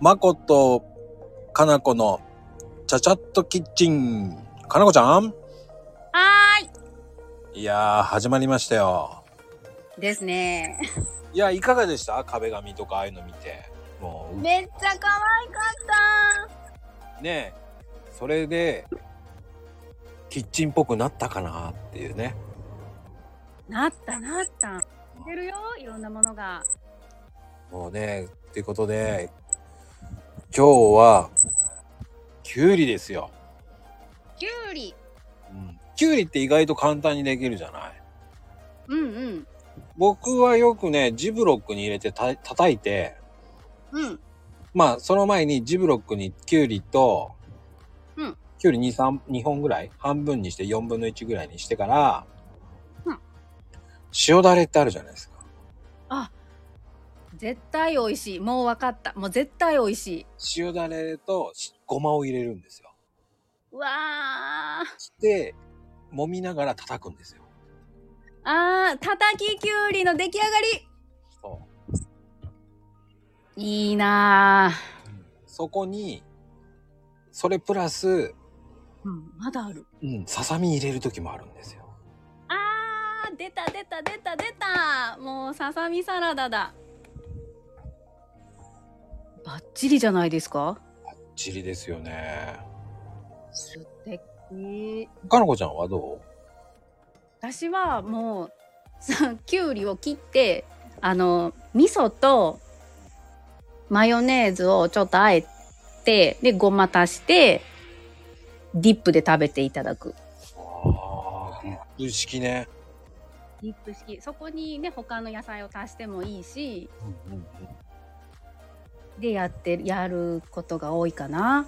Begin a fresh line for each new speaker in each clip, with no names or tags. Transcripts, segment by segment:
まこと、かなこの、ちゃちゃっとキッチン。かなこちゃん
はー
いやー、始まりましたよ。
い。ですね。
いや、いかがでした壁紙とかああいうの見て。もう、ね
めっちゃ可愛かっ
えそれで、キッチンっぽくなったかなっていうね。
た。なったなった。出るよ、いろんなものが。
もうね、っていうことで、今日は、きゅうりですよ。
きゅうり。
うん。きゅうりって意外と簡単にできるじゃない
うんうん。
僕はよくね、ジブロックに入れてた叩いて、
うん。
まあ、その前にジブロックにキュウリと、
うん
キュウリ2、3、2本ぐらい半分にして4分の1ぐらいにしてから、
うん
塩だれってあるじゃないですか。
あ。絶対美味しい。もう分かった。もう絶対美味しい。
塩だれとしごまを入れるんですよ。
うわー。
で、揉みながら叩くんですよ。
あー、叩ききゅうりの出来上が
そ
り。いいなー。
うそこに、それプラス、
うん、まだある。
うん、ささみ入れる時もあるんですよ。
あー、出た出た出た出た。もうささみサラダだ。バッチリじゃないですか。
チリですよね。
素敵。
かのこちゃんはど
私はもうさきゅうりを切ってあの味噌とマヨネーズをちょっとあえてでごま足してディップで食べていただく
うああ、風式ね。
ディップ式そこにね他の野菜を足してもいいし
うんうんうん
でやってやることが多いかな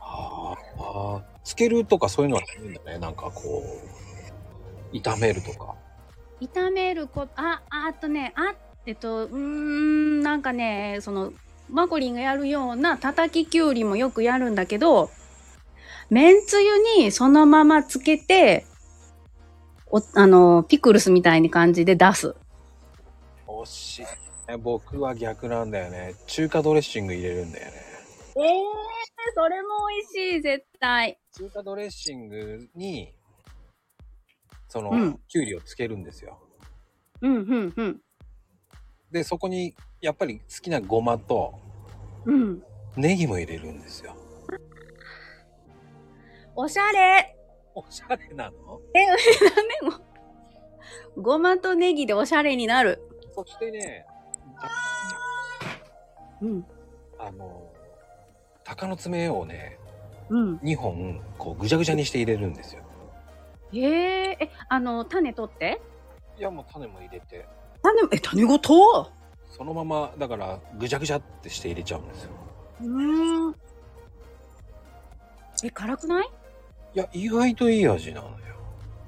あーあー、つけるとかそういうのはないんだね。なんかこう、炒めるとか。
炒めることあああとねあえっとうーんなんかねそのマコリンがやるような叩ききゅうりもよくやるんだけどめんつゆにそのままつけておあのピクルスみたいに感じで出す
惜しい。え僕は逆なんだよね。中華ドレッシング入れるんだよね。
えー、それも美味しい絶対
中華ドレッシングに、その、
うん
きゅうりをつけるんですよ。
うんうんうん
で、そこに、やっぱり好きなごまと、
うん
ネギも入れるんですよ。
おしゃれ
おしゃれなの
えダメもうごまとネギでおしゃれになる
そしてね、
うん
あの、鷹の爪をね、
うん
2本、こう、ぐじゃぐじゃにして入れるんですよ。
えー、えあの種取って
いや、もう種も入れて。
種え種ごと
そのままだからぐちゃぐちゃってして入れちゃうんですよ
うんえ辛くない
いや意外といい味なのよ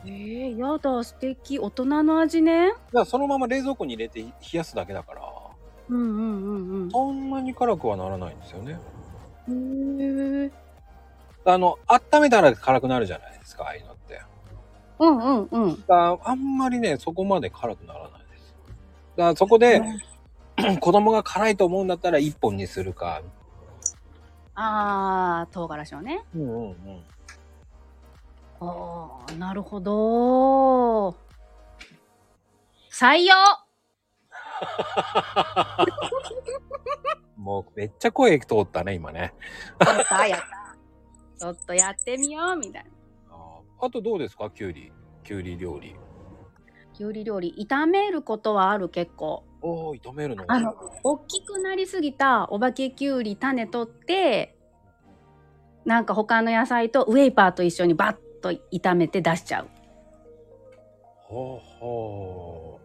えー、やだ素敵大人の味ね
だからそのまま冷蔵庫に入れて冷やすだけだから
うんうんうん
そんなに辛くはならないんですよね
うんへえ
あの温めたら辛くなるじゃないですかああいうのって
うんうんうん
ああんまりねそこまで辛くならないですだからそこで 子供が辛いと思うんだったら1本にするか
あー唐辛子をね
うんうんうん
あーなるほど採用
もうめっちゃ声通ったね今ね
やったや ったちょっとやってみようみたいな
ああとどうですかきゅうりきゅうり料理
きゅうり料理炒めることはある結構
おお炒めるの
あの大きくなりすぎたお化けきゅうり種取ってなんか他の野菜とウェイパーと一緒にバッと炒めて出しちゃう
ほうほう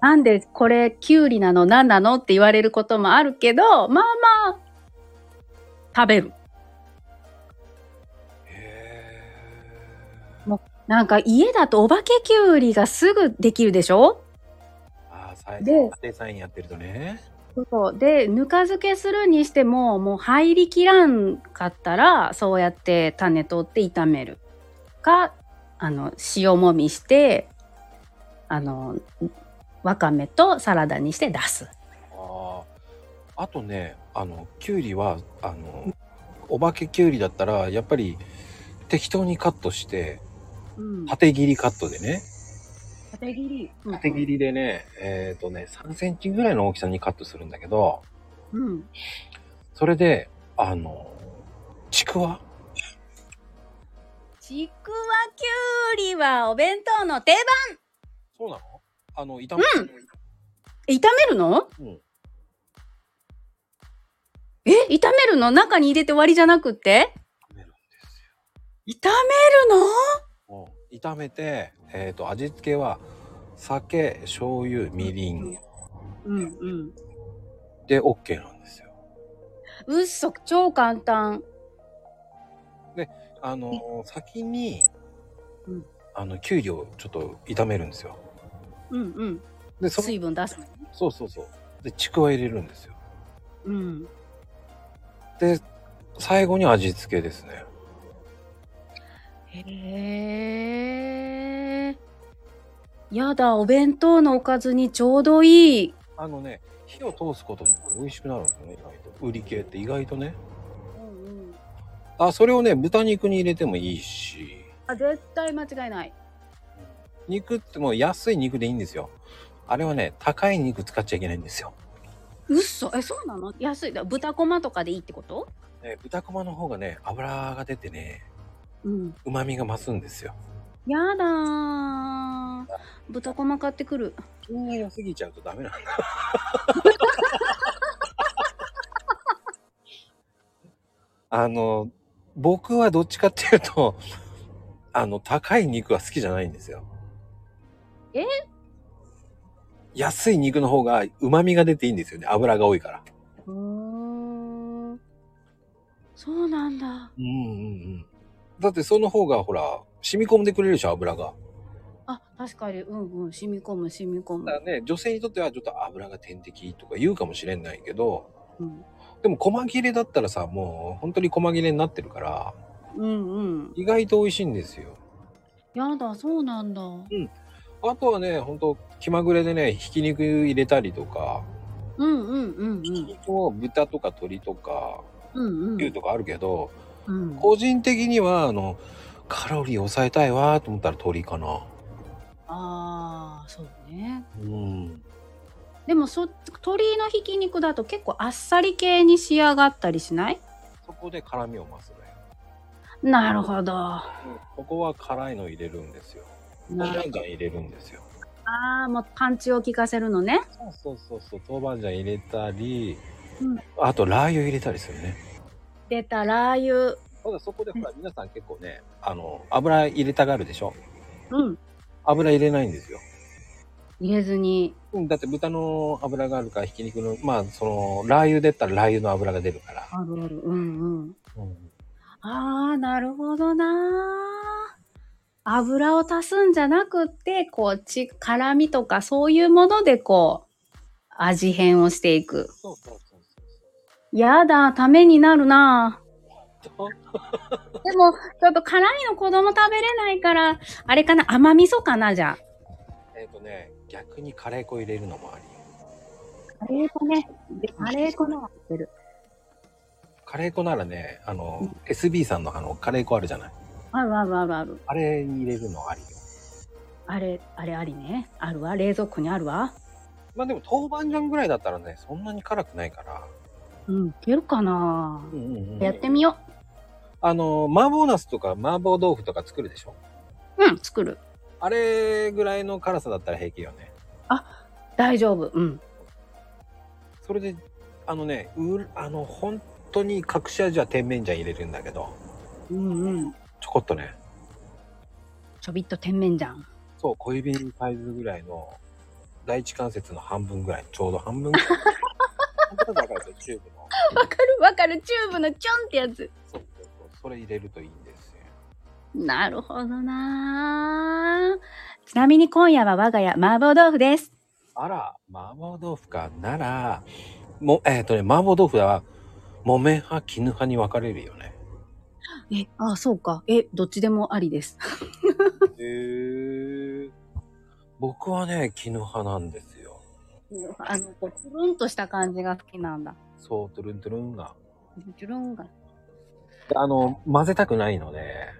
なんでこれきゅうりなの何なのって言われることもあるけどまあまあ食べる
へえ
もなんか家だとお化けきゅうりがすぐできるでしょ
ああ最
で
後デザインやってるとね
そうでぬか漬けするにしてももう入りきらんかったらそうやって種取って炒めるかあの塩もみしてあのわかめとサラダにして出す
あああとねあのきゅうりはあのお化けきゅうりだったらやっぱり適当にカットして
うん。
縦切りカットでね
縦切り。うん
縦切りでねえっ、とね3センチぐらいの大きさにカットするんだけど
うん。
それであのちくわ
ちくわきゅうりはお弁当の定番。
そうなのあの炒める、
え炒めるの
うん
え炒めるの中に入れて終わりじゃなくって
炒めるんですよ
炒めるの
うん炒めて、えー、と味付けは酒醤油みりん
うんうん。
で OK なんですよ
うっそ、超簡単。
あのー先に、
うん
あのきゅうりをちょっと炒めるんですよ
うんうん。
でそ
水分出す。
そうそうそうでちくわ入れるんですよ
うん。
で最後に味付けですね
へえ。やだ、お弁当のおかずにちょうどいい。
あのね火を通すことによって美味しくなるんですよね意外と売り系って意外とね
うんうん。
あそれをね豚肉に入れてもいいし
あ、絶対間違いない。
肉ってもう安い肉でいいんですよあれはね高い肉使っちゃいけないんですよ
うっそ、え、そうなの安い。だ豚こまとかでいいってこと
えー豚こまの方がね脂が出てね
うん。
うまみが増すんですよ
やだー。豚こま買ってくる。
そんな良すぎちゃうとダメなんだ あの僕はどっちかっていうとあの高い肉は好きじゃないんですよ
え
安い肉の方がうまみが出ていいんですよね脂が多いから
うーん。そうなんだ。
うんうんうんだってその方がほら染み込んでくれるでしょ油が
あ、確かに、うんうん、染み込む、染み込む
だ。からね、女性にとってはちょっと油が天敵とか言うかもしれないけど、
うん、
でも細切れだったらさ、もう本当に細切れになってるから、
うん、うん。
意外と美味しいんですよ。
やだ、そうなんだ。うん
あとはね、本当気まぐれでね、ひき肉入れたりとか、
うんうんう
ひき
ん。
肉も豚とか鶏とか、
うんう
牛
ん。
とかあるけど、
うん、
個人的には、あの、カロリー抑えたいわーと思ったら鶏かな。
ああ、そうね。
うん。
でもそ、鶏のひき肉だと結構あっさり系に仕上がったりしない
そこで辛みを増すね。
なるほど。あ
ここは辛いの入れるんですよ。豆
な
板
る
醤入れるんですよ。
あ、もうパンチを効かせるのね。
そうそうそうそう豆板醤入れたり、
うん
あとラー油入れたりするね
出たラー油。
ただそこでほら皆さん結構ねあの油入れたがるでしょ
うん。
油入れないんですよ、
入れずに。
うん、だって豚の油があるからひき肉のまあそのラー油出たらラー油の油が出るから、
あるある。うんうん。
うん、
ああ、なるほどなー。油を足すんじゃなくって、こう、ち、辛みとかそういうもので、こう、味変をしていく。
そうそうそうそ
やだ、ためになるなぁ。
う
でも、ちょっと辛いの子供食べれないから、あれかな、甘味噌かな、じゃ
えっ、とね逆にカレー粉入れるのもあり
あ。カレー粉ね。カレー粉のが入ってる。
カレー粉ならねあの、SB さんのあのカレー粉あるじゃない
あるあるあるある。
あれに入れるのありよ
あれ、あれありね。あるわ。冷蔵庫にあるわ。
まあでも豆板醤ぐらいだったらねそんなに辛くないから、
うん、いけるかな
うんうんうん
ぁ。やってみよ
あの、麻婆茄子とか麻婆豆腐とか作るでしょ
う。うん、作る。
あれぐらいの辛さだったら平気よね。
大丈夫。うん。
それで、あのね、うあの、本当に隠し味は甜麺醤入れるんだけど、
うんうん。
ちょこっとね、
ちょびっと甜麺醤。
そう、小指サイズぐらいの、第一関節の半分ぐらい、ちょうど半分ぐらい。半分だからさチューブの。
わかるわかる。チューブのチョンってやつ。
そうそうそう。それ入れるといいんですよ。
なるほどなぁ。ちなみに今夜は我が家、麻婆豆腐です。
あら、麻婆豆腐かなら、も、えっ、とね、麻婆豆腐は、木綿派、絹派に分かれるよね。
え、あそうか。え、どっちでもありです。
へえ。僕はね、絹派なんですよ。
あの、こう、つるんとした感じが好きなんだ。
そう、トゥルントゥルンが。
ジュルンが。
あの、混ぜたくないので、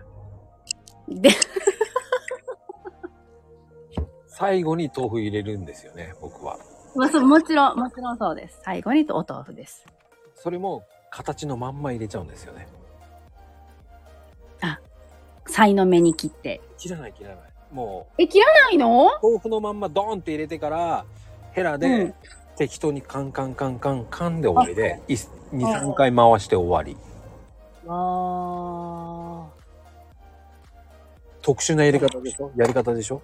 で、
最後に豆腐入れるんですよね、僕は。
まあ、そうもちろん、もちろんそうです。最後にお豆腐です。
それも形のまんま入れちゃうんですよね。
さいの目に切って。
切らない切らない。も
え、切らないの
う、豆腐のまんまドーンって入れてから、ヘラで、
うん
適当にカンカンカンカンカンで終わりで、2、3回回して終わり。
あ
特殊な入れ方でしょやり方でしょ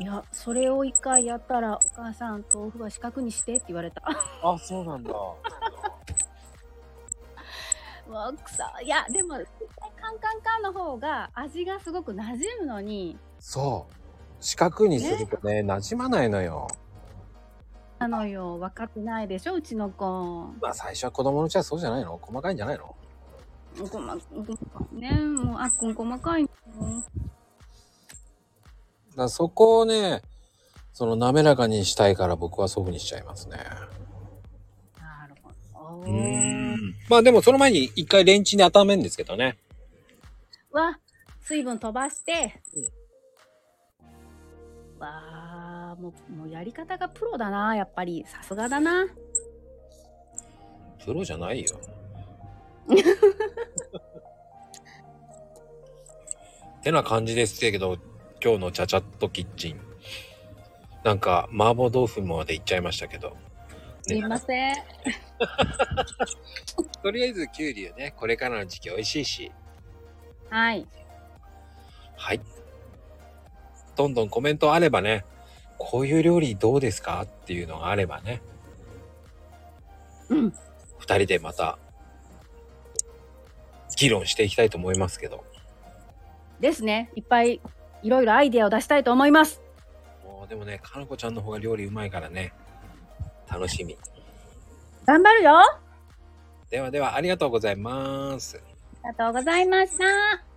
ーいや、それを一回やったら、お母さん、豆腐は四角にしてって言われた。
あ、そうなんだ。
う わくさいやでも絶対カンカンカンの方が味がすごく馴染むのに
そう。四角にするとね、馴染まないのよ。
なのよ分かってないでしょうちの子
まあ最初は子供のうちはそうじゃないの細かいんじゃないの
ごまごまねもうあっくん細かいの
だからそこをね、その滑らかにしたいから僕はそういうふうにしちゃいますね。
なるほど
まあでもその前に一回レンチンで温めるんですけどね。
わ水分飛ばして、
うん
わあもうもうやり方がプロだなやっぱりさすがだな
プロじゃないよ。てな感じですけど、今日のちゃちゃっとキッチン。なんか、麻婆豆腐まで行っちゃいましたけど。
すいません
とりあえず、キュウリはね、これからの時期美味しいし。
はい
はい。どんどんコメントあればね、こういう料理どうですかっていうのがあればね、
うん
二人でまた、議論していきたいと思いますけど。
ですねいっぱいいろいろアイデアを出したいと思います
もうでもね、かなこちゃんの方が料理うまいからね、楽しみ。
頑張るよ
ではでは、ありがとうございます。
ありがとうございました。